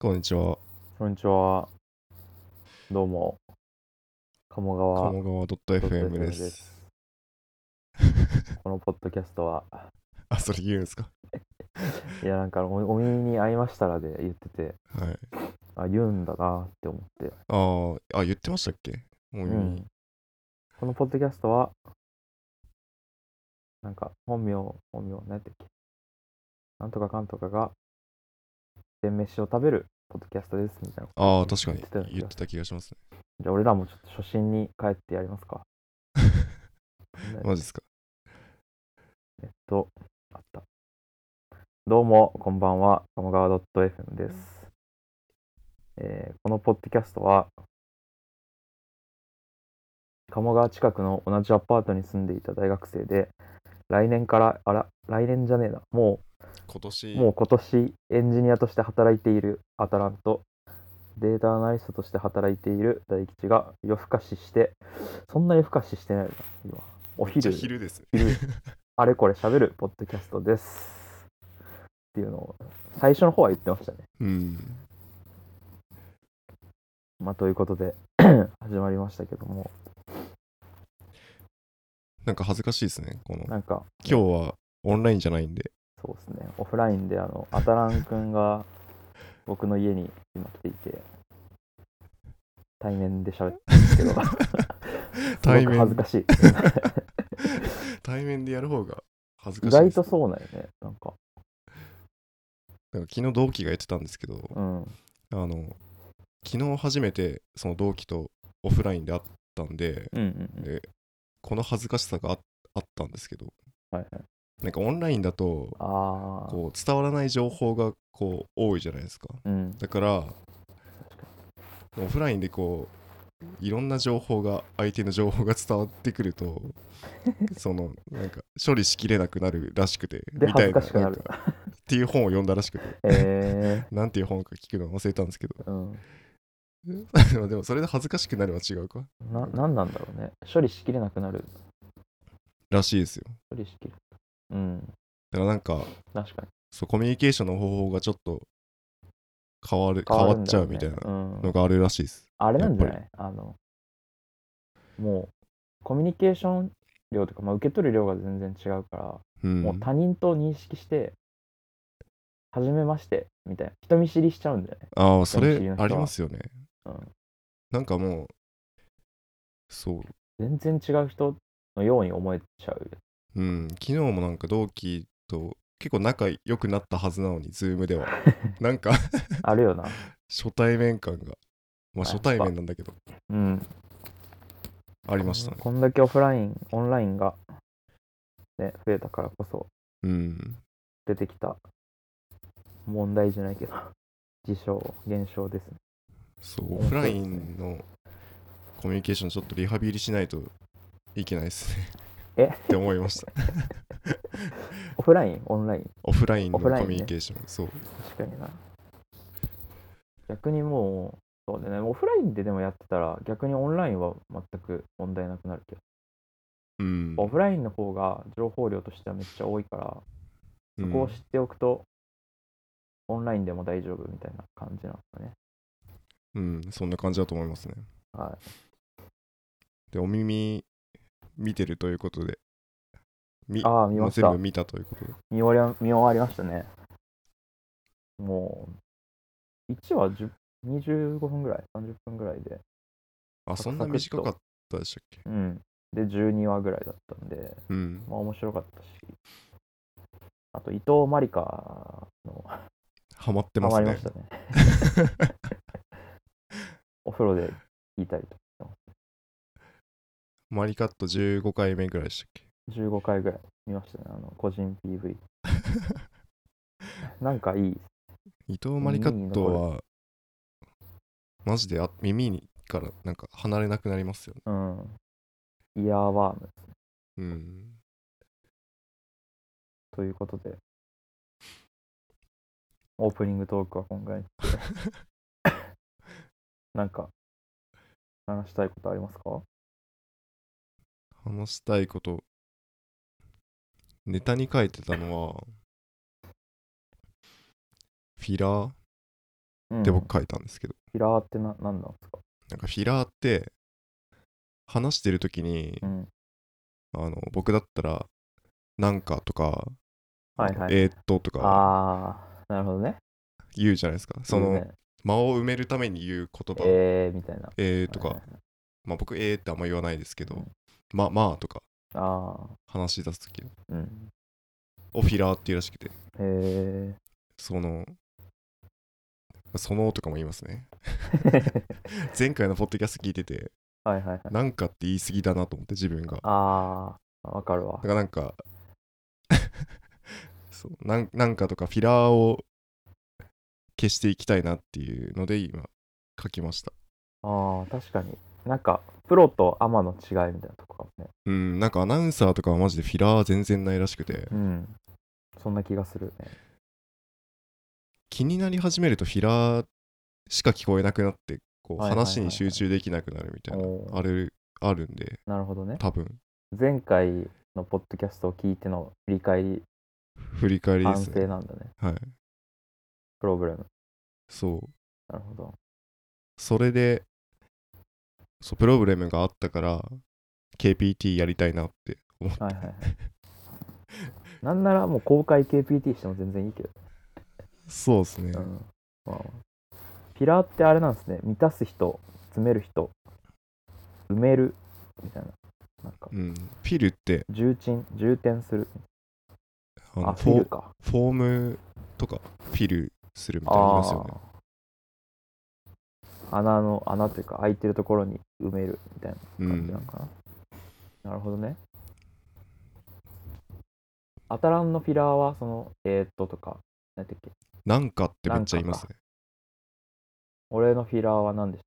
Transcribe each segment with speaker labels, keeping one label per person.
Speaker 1: こんにちは。
Speaker 2: こんにちは。どうも。鴨川
Speaker 1: 鴨川 .fm です。。
Speaker 2: このポッドキャストは、
Speaker 1: あ、それ言うんですか
Speaker 2: いや、なんかお、お耳に合いましたらで言ってて、
Speaker 1: はい。
Speaker 2: あ、言うんだなって思って。
Speaker 1: あーあ、言ってましたっけもう
Speaker 2: う
Speaker 1: 耳に、
Speaker 2: ん。このポッドキャストは、なんか、本名、本名、何やったっけ。なんとかかんとかが、で、飯を食べるポッドキャストです、みたいな。
Speaker 1: ああ、確かに
Speaker 2: 言ってたような気
Speaker 1: 言っ
Speaker 2: が
Speaker 1: てた気がしますね。
Speaker 2: じゃあ、俺らもちょっと初心に帰ってやりますか。
Speaker 1: マジですか
Speaker 2: えっと、あった。どうも、こんばんは。鴨川 .fm です。えーこのポッドキャストは、鴨川近くの同じアパートに住んでいた大学生で、来年から、あら、来年じゃねえな、も
Speaker 1: 今
Speaker 2: う、
Speaker 1: 年、
Speaker 2: もう今年エンジニアとして働いているアタランと、データアナリストとして働いている大吉が夜更かしして、そんな夜更かししてないな、今。お
Speaker 1: めっちゃ昼
Speaker 2: 昼。
Speaker 1: ですね。
Speaker 2: 昼あれこれ喋るポッドキャストですっていうのを最初の方は言ってましたね。
Speaker 1: うん。
Speaker 2: まあ、ということで 始まりましたけども
Speaker 1: なんか恥ずかしいですね。この、
Speaker 2: なんか
Speaker 1: 今日はオンラインじゃないん で。
Speaker 2: そうですねオフラインであのアタランくんが僕の家に今来ていて対面で喋ってるんですけどすご
Speaker 1: 対
Speaker 2: く恥ず
Speaker 1: 面、
Speaker 2: かしい。
Speaker 1: 対面でやる方が恥ずかし
Speaker 2: 意
Speaker 1: い
Speaker 2: 外
Speaker 1: です
Speaker 2: とそうなんよねなんか。
Speaker 1: なんか昨日同期が言ってたんですけど、
Speaker 2: うん
Speaker 1: あの、昨日初めてその同期とオフラインで会ったんで、
Speaker 2: うんうんうん
Speaker 1: でこの恥ずかしさがああったんですけど、
Speaker 2: はいはい、
Speaker 1: なんかオンラインだと
Speaker 2: ああ
Speaker 1: こう伝わらない情報がこう多いじゃないですか
Speaker 2: うん
Speaker 1: だからオフラインでこういろんな情報が相手の情報が伝わってくる とそのなんか処理しきれなくなるらしくて
Speaker 2: で
Speaker 1: みた
Speaker 2: 恥
Speaker 1: い
Speaker 2: ず
Speaker 1: な
Speaker 2: かしくな
Speaker 1: なん
Speaker 2: る
Speaker 1: か。っていう本を読んだらしくて
Speaker 2: え
Speaker 1: なんていう本か聞くの忘れたんですけ
Speaker 2: ー、うん
Speaker 1: ど でもそれで恥ずかしくなるは違うか
Speaker 2: ななんなんだろうね処理しきれなくなる
Speaker 1: らしいですよ
Speaker 2: 処理しきる。うん、
Speaker 1: だからなんか
Speaker 2: 確かに。
Speaker 1: そうコミュニケーションの方法がちょっと変わる変
Speaker 2: 変
Speaker 1: わ
Speaker 2: わ
Speaker 1: っちゃうみたいな
Speaker 2: うん
Speaker 1: のがあるらしいです
Speaker 2: あれなんじゃな
Speaker 1: や
Speaker 2: いあの、もう、コミュニケーション量というか、まあ、受け取る量が全然違うから、
Speaker 1: うん
Speaker 2: もう他人と認識して、はじめまして、みたいな。人見知りしちゃうんだよね。
Speaker 1: ああ、そ
Speaker 2: 知
Speaker 1: れ
Speaker 2: りの
Speaker 1: あ
Speaker 2: 人は
Speaker 1: りますよね。
Speaker 2: うん
Speaker 1: なんかもう、そ
Speaker 2: 全然違う人のように思えちゃう。
Speaker 1: う、うん、昨日もなんか同期と結構仲良くなったはずなのに、ズームで は。なんか、
Speaker 2: あるよな。
Speaker 1: 初対面感が、まあ
Speaker 2: あ
Speaker 1: 初対面なんだけど、
Speaker 2: うん。
Speaker 1: ありましたね。
Speaker 2: こんだけオフライン、オンラインが、ね、増えたからこそ
Speaker 1: うん。
Speaker 2: 出てきた問題じゃないけど、事象、現象ですね。
Speaker 1: そう、オ
Speaker 2: 面
Speaker 1: フ
Speaker 2: 白
Speaker 1: ラ
Speaker 2: いで
Speaker 1: イ
Speaker 2: すね
Speaker 1: ンのコミュニケーション、ちょっとリハビリしないといけないですね。
Speaker 2: え
Speaker 1: って思いました。
Speaker 2: オフライン、オンライン。
Speaker 1: オフラインの
Speaker 2: オ
Speaker 1: コミ
Speaker 2: フラインね
Speaker 1: ュニケーション、そう。
Speaker 2: 確かにな逆にもうそうだねオフラインででもやってたら逆にオンラインは全く問題なくなるけど、
Speaker 1: うん。
Speaker 2: オフラインの方が情報量としてはめっちゃ多いから
Speaker 1: う
Speaker 2: そ
Speaker 1: ん
Speaker 2: こを知っておくと、オンラインでも大丈夫みたいな感じなんだね
Speaker 1: うん、そんな感じだと思いますね。
Speaker 2: は
Speaker 1: で、お耳見てるということで、み
Speaker 2: いああ見
Speaker 1: も
Speaker 2: ま
Speaker 1: う
Speaker 2: し
Speaker 1: 全
Speaker 2: た
Speaker 1: 部見たということで。
Speaker 2: 見終わり見終わりましたねもう1話10 25分ぐらい30分ぐらいで
Speaker 1: あ、
Speaker 2: サク
Speaker 1: そんな
Speaker 2: サクっと
Speaker 1: 短かったでしたっけ
Speaker 2: うんで12話ぐらいだったんで
Speaker 1: うん。
Speaker 2: まあ面白かったし、あと伊藤まりかの、
Speaker 1: ハマってま
Speaker 2: ハマ
Speaker 1: す
Speaker 2: りま
Speaker 1: ね
Speaker 2: し。たね。 お風呂で聞いたりとか、
Speaker 1: マリカット15回目ぐらいでしたっけ
Speaker 2: 15回ぐらい見ましたね、あの個人 PV。なんかいい、
Speaker 1: 伊藤マリカットは、マジであ耳にからなんか離れなくなりますよね。
Speaker 2: うん、イヤーワーム
Speaker 1: うん。
Speaker 2: ということで、オープニングトークは今回なんか、話したいことありますか
Speaker 1: 話したいこと、ネタに書いてたのは、フィラー
Speaker 2: うん
Speaker 1: で僕書いたんですけど、
Speaker 2: ピラーってな何なんですか
Speaker 1: なんかフィラーって話してる時に
Speaker 2: う、ん。
Speaker 1: あの僕だったら「なんか」とか「
Speaker 2: はいはい。
Speaker 1: えーっと」とか
Speaker 2: ああ、なるほどね。
Speaker 1: 言うじゃないですかそ
Speaker 2: いい
Speaker 1: の
Speaker 2: ね
Speaker 1: 間を埋めるために言う言葉「
Speaker 2: えー、みたいな。
Speaker 1: えー」と
Speaker 2: はい
Speaker 1: かまあ僕「えー」ってあんま言わないですけ
Speaker 2: う
Speaker 1: ど
Speaker 2: ん
Speaker 1: 「まあまあ」とか
Speaker 2: ああ、
Speaker 1: 話し出す時
Speaker 2: うん。
Speaker 1: をフィラーっていうらしくて
Speaker 2: へえ
Speaker 1: その「その」とかも言いますね
Speaker 2: ー。
Speaker 1: 前回のポッドキャスト聞いてて
Speaker 2: はいはいはい。
Speaker 1: なんかって言い過ぎだなと思って自分が
Speaker 2: ああ、わかるわ
Speaker 1: だ。からなんか そうなんなんかとかフィラーを消していきたいなっていうので今書きました
Speaker 2: ああ、確かに。なんか、プロとアマの違いみたいなとこかもね。
Speaker 1: うんなんかアナウンサーとかはマジでフィラー全然ないらしくて
Speaker 2: うん。そんな気がするね。
Speaker 1: 気になり始めるとフィラーしか聞こえなくなってこう
Speaker 2: はいはいはいはい
Speaker 1: 話に集中できなくなるみたいな
Speaker 2: おー
Speaker 1: あれあるんで
Speaker 2: なるほどね。
Speaker 1: 多分
Speaker 2: 前回のポッドキャストを聞いての振り返り、
Speaker 1: 振り返りで
Speaker 2: 反
Speaker 1: す
Speaker 2: 省
Speaker 1: ね
Speaker 2: なんだね。
Speaker 1: はい
Speaker 2: プログラム。
Speaker 1: そう
Speaker 2: なるほど。
Speaker 1: それでそうプログラムがあったから KPT やりたいなって思って
Speaker 2: はい はいはい。なんならもう公開 KPT しても全然いいけど。
Speaker 1: そうですね、
Speaker 2: うん。まあまあ、ピラーってあれなんですね。満たす人、詰める人、埋める、みたいな。なんか、
Speaker 1: うん、フィルって
Speaker 2: 重鎮、重点する。
Speaker 1: あの
Speaker 2: あ、
Speaker 1: フ
Speaker 2: フィ
Speaker 1: ォ
Speaker 2: ル
Speaker 1: ー
Speaker 2: か。
Speaker 1: フォームとかフィルするみたいなの言いますよね。
Speaker 2: あー穴の穴というか空いてるところに埋めるみたいな
Speaker 1: う
Speaker 2: 感じなの
Speaker 1: ん、
Speaker 2: かな、なるほどねアタランのピラーはそのえー、っととか何だっけ
Speaker 1: なんかってめっちゃ言いますね。
Speaker 2: 俺のピラーは何でし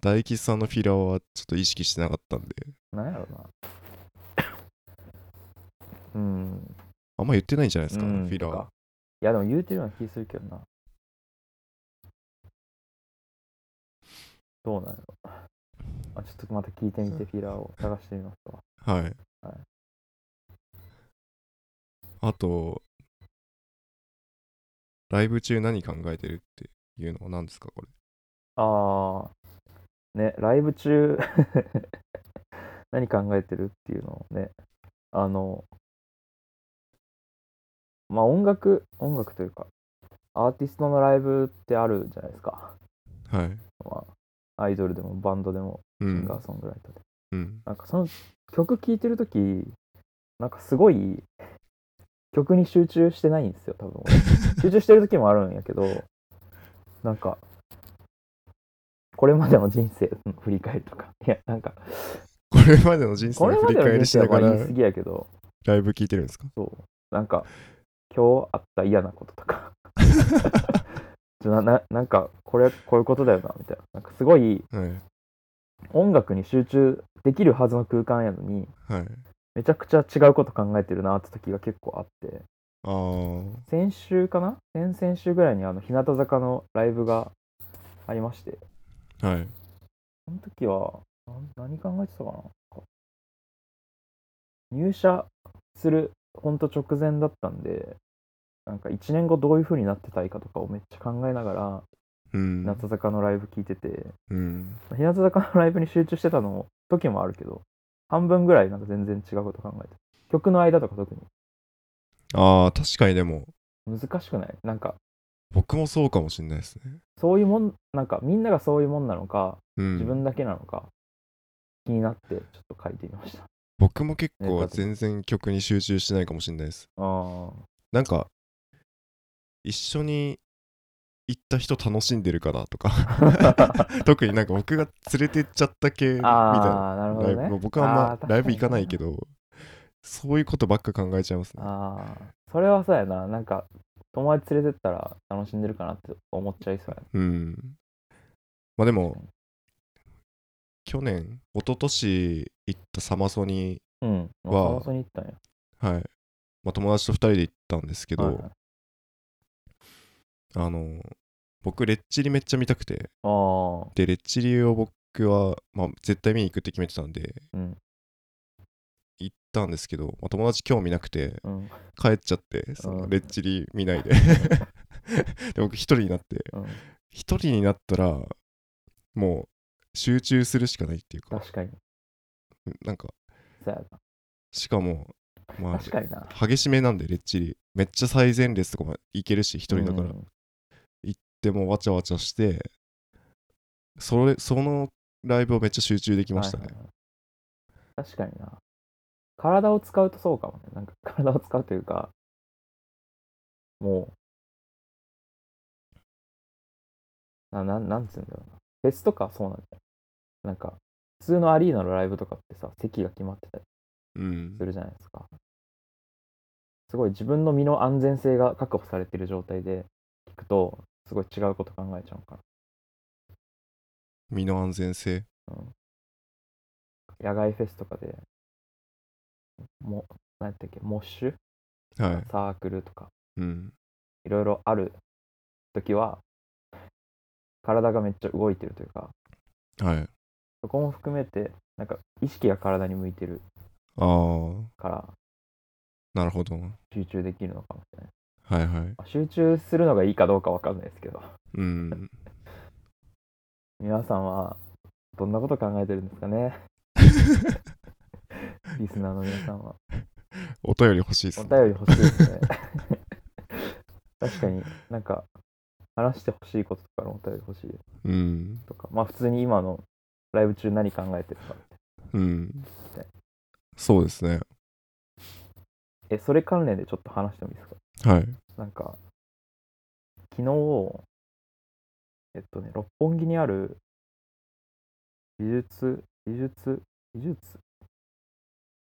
Speaker 1: 大吉さんのフィラーはちょっと意識してなかったんで、
Speaker 2: た何やろうなうん
Speaker 1: あんま言ってないんじゃないですか、
Speaker 2: うん
Speaker 1: フィラ
Speaker 2: と
Speaker 1: ー
Speaker 2: か。いやでも言うてるような気するけどなどうなのあちょっとまた聞いてみてフィラーを探してみますわ
Speaker 1: はい。
Speaker 2: はい
Speaker 1: あと、ライブ中何考えてるっていうのは何ですか、これ。
Speaker 2: ああ、ね、ライブ中 何考えてるっていうのをね、あの、まあ音楽、音楽というか、アーティストのライブってあるじゃないですか。
Speaker 1: はい。
Speaker 2: まあ、アイドルでもバンドでも、
Speaker 1: う
Speaker 2: シンガ
Speaker 1: ん
Speaker 2: ー。ソングライターで。
Speaker 1: うん、
Speaker 2: なんかその曲聴いてるとき、なんかすごい、曲に集中してないんですよ、多分俺。集中してる時もあるんやけどなんかこれまでの人生の振り返りとかいやなんか
Speaker 1: これまでの人生
Speaker 2: こ
Speaker 1: の
Speaker 2: れ
Speaker 1: 振
Speaker 2: まで
Speaker 1: り
Speaker 2: の
Speaker 1: 返り
Speaker 2: 人
Speaker 1: し
Speaker 2: 生
Speaker 1: な
Speaker 2: はま
Speaker 1: が
Speaker 2: あ
Speaker 1: ら
Speaker 2: 言い過ぎやけど
Speaker 1: ライブ聞いてるんですか
Speaker 2: そうなんか今日あった嫌なこととかちょなななんかこれこういうことだよなみたいななんかすごい
Speaker 1: はい。
Speaker 2: 音楽に集中できるはずの空間やのに
Speaker 1: はい。
Speaker 2: めちゃくちゃ違うこと考えてるなって時が結構あって
Speaker 1: あー
Speaker 2: 先週かな先々週ぐらいにあの日向坂のライブがありまして
Speaker 1: はい。
Speaker 2: その時は、なん何考えてたかななんか入社する、ほんと直前だったんで、なんか1年後どういう風になってたいかとかをめっちゃ考えながら、
Speaker 1: うん。
Speaker 2: 日向坂のライブ聞いてて、
Speaker 1: うん。
Speaker 2: 日向坂のライブに集中してたのも、時もあるけど、半分ぐらいなんか全然違うこと考えてた曲の間とか特に
Speaker 1: ああ、確かにでも、
Speaker 2: 難しくないなんか、
Speaker 1: 僕もそうかもしれないですね。
Speaker 2: そういうもん、なんかみんながそういうもんなのか、
Speaker 1: うん。
Speaker 2: 自分だけなのか、気になってちょっと書いてみました。
Speaker 1: 僕も結
Speaker 2: ね
Speaker 1: 構
Speaker 2: だって
Speaker 1: 全然曲に集中してないかもしれないです。
Speaker 2: あ ー
Speaker 1: なんか、一緒に行った人楽しんでるか なとか、特になんか僕が連れてっちゃった系みたいな。
Speaker 2: ああ、なるほ
Speaker 1: ライ
Speaker 2: ど
Speaker 1: ブ
Speaker 2: ね。
Speaker 1: 僕はあ
Speaker 2: あ
Speaker 1: んま
Speaker 2: ー
Speaker 1: ライブ行かないけど、そういうことばっか考えちゃいますね。
Speaker 2: ああ、それはそうやな。なんか、友達連れてったら楽しんでるかなって思っちゃいそうや
Speaker 1: うん。まあで
Speaker 2: な
Speaker 1: も、。去年、一昨年行ったサマソニ
Speaker 2: うん。まあ
Speaker 1: は
Speaker 2: サマソニ行ったんや。
Speaker 1: ー、はい。まあ友達と二人で行ったんですけど、
Speaker 2: はいはい
Speaker 1: あの、僕、レッチリめっちゃ見たくて、
Speaker 2: ああ、
Speaker 1: で、レッチリを僕は、まあ、絶対見に行くって決めてたんで、
Speaker 2: うん。
Speaker 1: 行ったんですけど、まあ、友達興味なくて、
Speaker 2: うん。
Speaker 1: 帰っちゃって、その
Speaker 2: うん
Speaker 1: レッチリ見ないで。で僕一人になって
Speaker 2: うん、
Speaker 1: 一人になったらもう集中するしかないっていうか
Speaker 2: 確かに。
Speaker 1: なんか
Speaker 2: そうや
Speaker 1: しかもま
Speaker 2: な。
Speaker 1: あ
Speaker 2: 確かにな。
Speaker 1: 激しめなんでレッチリめっちゃ最前列とかも行けるし一人だから、
Speaker 2: うん
Speaker 1: でもわちゃわちゃしてそれそのライブをめっちゃ集中できましたね、
Speaker 2: はいはいはい確かにな。体を使うとそうかもね。なんか 体を使うというか、もう、な、なん、なんつうんだろうな。フェスとかそうなんだよ。なんか、普通のアリーナのライブとかってさ、席が決まってたり
Speaker 1: うん
Speaker 2: するじゃないですか。すごい自分の身の安全性が確保されてる状態で聞くと、すごい違うこと考えちゃうから。
Speaker 1: 身の安全性
Speaker 2: 野外フェスとかで、も、なんていうっけ、モッシュ
Speaker 1: は
Speaker 2: サークルとか、
Speaker 1: いうん
Speaker 2: いろいろある時は、体がめっちゃ動いてるというか、
Speaker 1: はい
Speaker 2: そこも含めて、なんか意識が体に向いてる
Speaker 1: ああ
Speaker 2: から
Speaker 1: なるほどな
Speaker 2: 集中できるのかもしれない。
Speaker 1: はいはい
Speaker 2: まあ集中するのがいいかどうかわかんないですけど、
Speaker 1: うん
Speaker 2: 皆さんはどんなこと考えてるんですかね、リスナーの皆さんは。
Speaker 1: お便り欲しいです
Speaker 2: お
Speaker 1: ね
Speaker 2: 便り欲しいですね。 確かになんか話してほしいこととかのお便り欲しい
Speaker 1: うん
Speaker 2: とか、まあ普通に今のライブ中何考えてるか
Speaker 1: うんそうですね
Speaker 2: え、それ関連でちょっと話してもいいですか
Speaker 1: はい
Speaker 2: なんか、昨日、えっとね、六本木にある美術、美術、美術、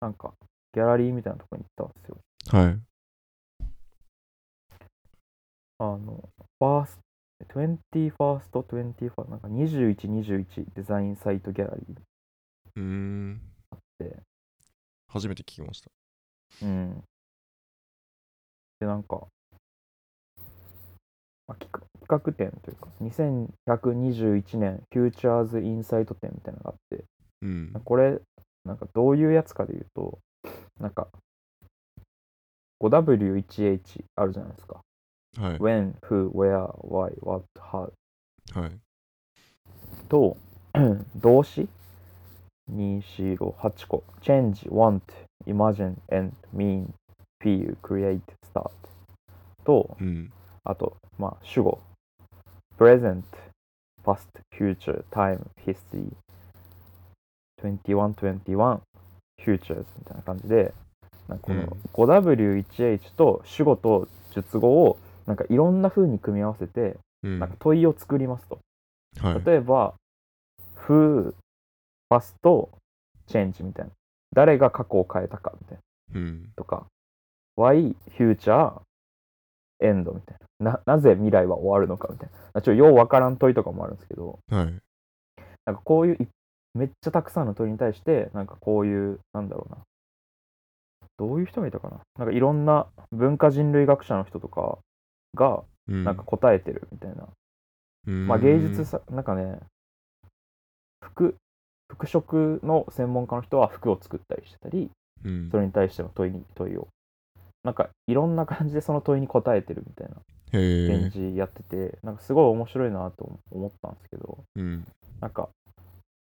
Speaker 2: なんか、ギャラリーみたいなとこに行ったんですよ。
Speaker 1: はい
Speaker 2: あの、ファースト、21st、21なんか21、21デザインサイトギャラリー。
Speaker 1: うーん
Speaker 2: で
Speaker 1: 初めて聞きました
Speaker 2: うん。で、なんか、まあ、企画企画展というか、2121年フューチャーズインサイト展みたいなのがあって、
Speaker 1: うん
Speaker 2: これ、なんかどういうやつかで言うと、なんか、5W1H あるじゃないですか。
Speaker 1: はい
Speaker 2: When, Who, Where, Why, What, How
Speaker 1: はい
Speaker 2: と 動詞2458個 change, want, imagine, and mean, feel, create, start と
Speaker 1: うん
Speaker 2: あと、まあ、主語 present, past, future, time, history 2121 futures みたいな感じでなんかこ
Speaker 1: うん
Speaker 2: の 5W1H と主語と述語をなんかいろんな風に組み合わせて
Speaker 1: うん
Speaker 2: な
Speaker 1: は
Speaker 2: んか問いを作りますと。
Speaker 1: い
Speaker 2: 例えば、フー、パスとチェンジみたいな。誰が過去を変えたかみたいな。
Speaker 1: うん
Speaker 2: とか、why, future, end みたいな。な、なぜ未来は終わるのかみたいな。ちょっとようわからん問いとかもあるんですけど、
Speaker 1: はい
Speaker 2: なんかこういうい、めっちゃたくさんの問いに対して、なんかこういう、なんだろうな。どういう人がいたかななんかいろんな文化人類学者の人とかが、
Speaker 1: うん
Speaker 2: なんか答えてるみたいな。ま
Speaker 1: ま
Speaker 2: あ、芸術さなんかね服服飾の専門家の人は服を作ったりしてたり
Speaker 1: うん
Speaker 2: それに対しての問いに問いをなんかいろんな感じでその問いに答えてるみたいな
Speaker 1: へ
Speaker 2: 展
Speaker 1: え
Speaker 2: 示やってて、なんかすごい面白いなと思ったんですけど
Speaker 1: うん
Speaker 2: なんか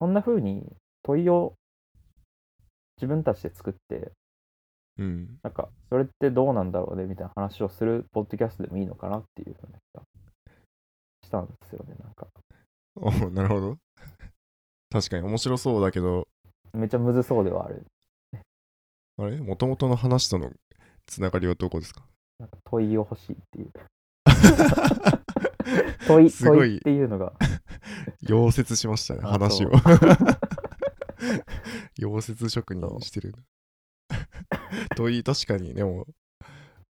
Speaker 2: そんな風に問いを自分たちで作って
Speaker 1: うん
Speaker 2: なんかそれってどうなんだろうねみたいな話をするポッドキャストでもいいのかなっていうふうな気がしたんですよねなんか
Speaker 1: おなるほど 確かに面白そうだけど
Speaker 2: めっちゃむずそうではある
Speaker 1: あれもともとの話とのつながりはどこですか
Speaker 2: なんか問いを欲しいっていう問い
Speaker 1: すごい
Speaker 2: 問いっていうのが
Speaker 1: 溶接しましたね
Speaker 2: あ
Speaker 1: 話を
Speaker 2: そ
Speaker 1: 溶接職人してる 問い確かにでも
Speaker 2: い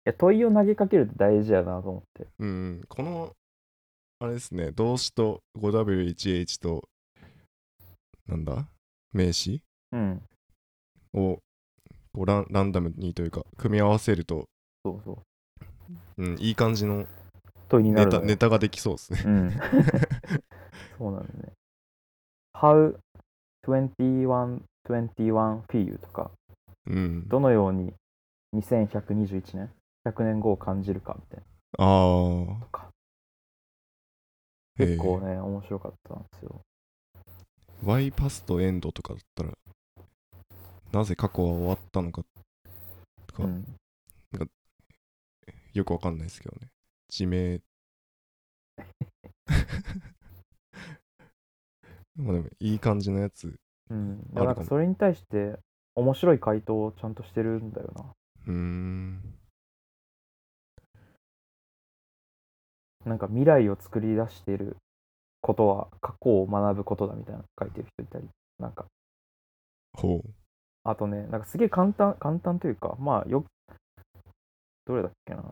Speaker 2: や問いを投げかけるって大事やなと思って
Speaker 1: うんこのあれですね動詞と 5W1H となんだ名詞
Speaker 2: うん
Speaker 1: をこうランランダムにというか組み合わせると、
Speaker 2: そうそう
Speaker 1: うん、いい感じの
Speaker 2: 問いにな
Speaker 1: ネ
Speaker 2: るの
Speaker 1: タ
Speaker 2: よ
Speaker 1: ネタができそうですね
Speaker 2: うんそうなのね How 2121 feel とか
Speaker 1: うん
Speaker 2: どのように2121年100年後を感じるかみたい
Speaker 1: ああ
Speaker 2: か。
Speaker 1: へえ
Speaker 2: 結構ね、面白かったんですよ。
Speaker 1: Y パスとエンドとかだったら、なぜ過去は終わったのかか
Speaker 2: うん、
Speaker 1: よくわかんないですけどね。地名。 まあでもいい感じのやつ。
Speaker 2: うん、
Speaker 1: あ
Speaker 2: でも
Speaker 1: る
Speaker 2: なん
Speaker 1: か
Speaker 2: か
Speaker 1: も
Speaker 2: それに対して面白い回答をちゃんとしてるんだよ
Speaker 1: うーん。
Speaker 2: な。なんか未来を作り出していることは過去を学ぶことだみたいなの書いてる人いたり、なんか、
Speaker 1: ほ
Speaker 2: あとね、なんかすげえ簡単、簡単というか、まあよ、どれだっけな。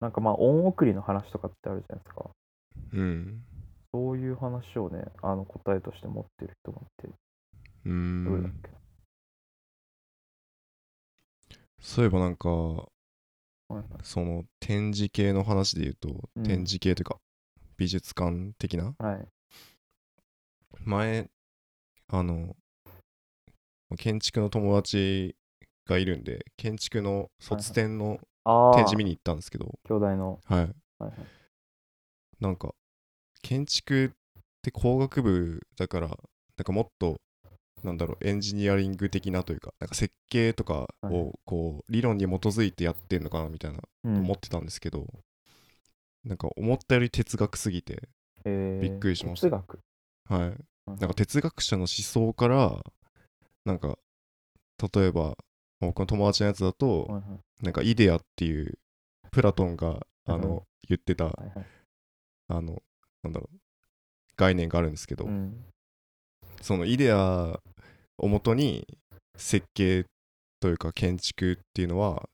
Speaker 2: なんかまあ、恩送りの話とかってあるじゃないですか。
Speaker 1: う。うん。
Speaker 2: そういう話をね、あの答えとして持ってる人もいて、
Speaker 1: うー
Speaker 2: どれだっ
Speaker 1: ん。
Speaker 2: けな。
Speaker 1: そういえばなんか、
Speaker 2: はい
Speaker 1: その展示系の話で言うと、
Speaker 2: うん
Speaker 1: 展示系というか、美術館的な
Speaker 2: はい。
Speaker 1: 前あの建築の友達がいるんで建築の卒展の
Speaker 2: ああ、
Speaker 1: 展示見に行ったんですけど、
Speaker 2: 兄弟の。
Speaker 1: はい
Speaker 2: はいはい
Speaker 1: なんか建築って工学部だからなんかもっとなんだろうエンジニアリング的なというかなんか設計とかをこう理論に基づいてやってんのかなみたいな
Speaker 2: うん
Speaker 1: 思ってたんですけど、なんか思ったより哲学すぎて、
Speaker 2: えー
Speaker 1: びっくりしました
Speaker 2: 哲学。
Speaker 1: はい、
Speaker 2: うん
Speaker 1: なんか哲学者の思想からなんか例えば僕の友達のやつだと、
Speaker 2: はいはい
Speaker 1: なんかイデアっていうプラトンがあの、
Speaker 2: うん
Speaker 1: 言ってた
Speaker 2: はいはい
Speaker 1: あのなんだろう概念があるんですけど、
Speaker 2: うん
Speaker 1: そのイデアをもとに設計というか建築っていうのは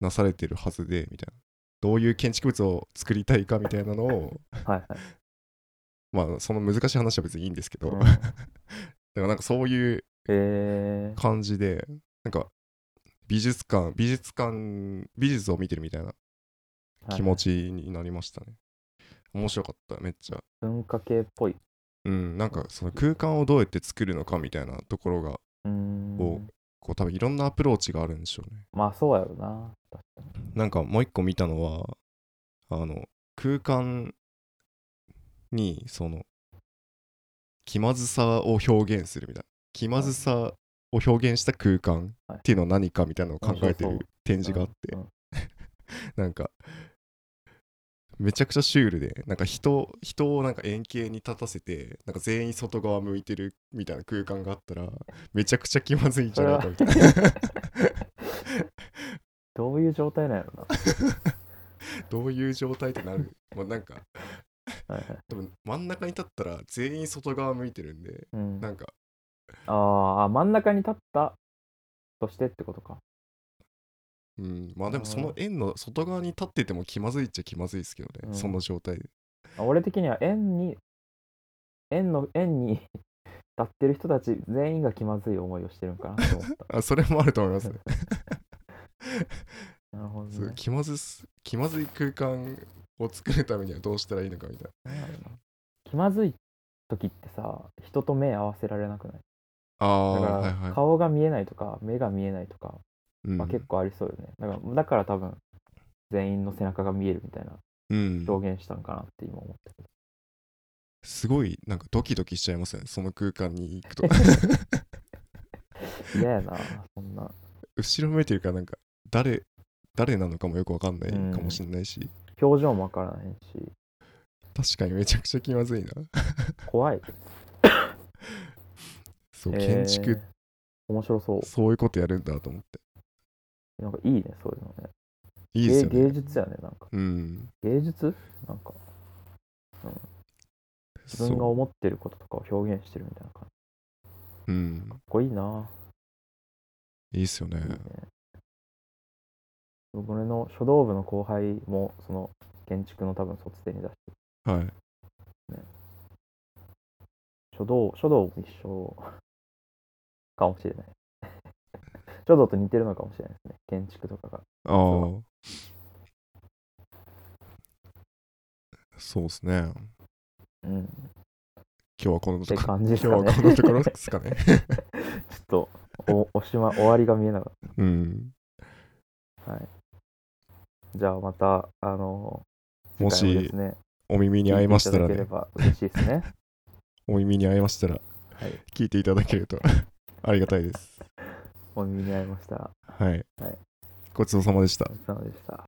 Speaker 1: なされてるはずでみたいなどういう建築物を作りたいかみたいなのを
Speaker 2: はいはい
Speaker 1: まあその難しい話は別にいいんですけど、
Speaker 2: うん
Speaker 1: だからなんかそういう
Speaker 2: えー
Speaker 1: 感じでなんか美術館美術館美術を見てるみたいな気持ちになりましたね、面白かっためっちゃ
Speaker 2: 文化系っぽい。
Speaker 1: うんなんかその空間をどうやって作るのかみたいなところが
Speaker 2: うーん
Speaker 1: おこう多分いろんなアプローチがあるんでしょうね
Speaker 2: まあそうやろな。確かに
Speaker 1: なんかもう一個見たのはあの空間にその気まずさを表現するみたいな気まずさを表現した空間っていうのは何かみたいなのを考えて
Speaker 2: はい
Speaker 1: る展示があって
Speaker 2: うんうん
Speaker 1: なんか、めちゃくちゃシュールで、なんか人、人をなんか円形に立たせて、なんか全員外側向いてるみたいな空間があったら、めちゃくちゃ気まずいんじゃないかみた いな。
Speaker 2: どういう状態なんやろ
Speaker 1: どういう状態ってなる。もうなんか、
Speaker 2: な。はいはい
Speaker 1: 多分真ん中に立ったら全員外側向いてるんで、
Speaker 2: うん
Speaker 1: なんか、
Speaker 2: ああ、真ん中に立ったとしてってことか。
Speaker 1: うん、まあでもその円の外側に立ってても気まずいっちゃ気まずいですけどね、
Speaker 2: うん
Speaker 1: その状態で。
Speaker 2: あ俺的には円に、円の、円に 立ってる人たち全員が気まずい思いをしてるんかなと思っ
Speaker 1: あ、それもあると思い ますね。
Speaker 2: た。なるほど
Speaker 1: そう
Speaker 2: ね。
Speaker 1: 気まずす、気まずい空間を作るためにはどうしたらいいのかみたいな。
Speaker 2: なんやろな気まずい時ってさ、人と目合わせられなくない
Speaker 1: ああ、
Speaker 2: だ
Speaker 1: はい
Speaker 2: か
Speaker 1: はい
Speaker 2: ら。顔が見えないとか目が見えないとか、
Speaker 1: うん
Speaker 2: まあ、結構ありそうよね、だからだから多分全員の背中が見えるみたいな
Speaker 1: うん、
Speaker 2: 表現したんかなって今思ってる、
Speaker 1: すごいなんかドキドキしちゃいますねその空間に行くと
Speaker 2: 嫌やなそんな
Speaker 1: 後ろ向いてるからなんか誰誰なのかもよくわかんない
Speaker 2: うん
Speaker 1: かもしれないし、
Speaker 2: 表情もわからへんし
Speaker 1: 確かにめちゃくちゃ気まずいな
Speaker 2: 怖い、
Speaker 1: そう
Speaker 2: えー
Speaker 1: 建築、
Speaker 2: 面白そ
Speaker 1: そういうことやるんだと思って
Speaker 2: うなんかいいねそういうのね
Speaker 1: いいですよ
Speaker 2: 芸
Speaker 1: ね
Speaker 2: 芸術やねなんか
Speaker 1: うん
Speaker 2: 芸術なんか自分が
Speaker 1: そ
Speaker 2: 思ってることとかを表現してるみたいな感じか
Speaker 1: ううん
Speaker 2: っこいいない
Speaker 1: いですよね
Speaker 2: いいね僕の書道部の後輩もその建築の多分卒生に出して
Speaker 1: はい
Speaker 2: 書道、書道も一緒かもしれない。 書道と似てるのかもしれないですね。建築とかが。
Speaker 1: ああそうですね今
Speaker 2: うん。っ
Speaker 1: 日はこのと
Speaker 2: て
Speaker 1: ころ
Speaker 2: 感じ ですか
Speaker 1: 今日
Speaker 2: ね
Speaker 1: は。このところですかね
Speaker 2: ちょ っとお、おしま、終わりが見えなかっ
Speaker 1: うん
Speaker 2: た。はい。じゃあまた、あの、
Speaker 1: も
Speaker 2: 次回
Speaker 1: し
Speaker 2: ですね、
Speaker 1: お耳に合いましたら
Speaker 2: 聞
Speaker 1: ね
Speaker 2: いていただければ嬉しいですね。
Speaker 1: お耳に合いましたら
Speaker 2: はい。
Speaker 1: 聞いていただけると ありがたいです
Speaker 2: お耳に合いましたら、
Speaker 1: はい、
Speaker 2: はい
Speaker 1: ごちそうさまでした
Speaker 2: お疲れ様でした。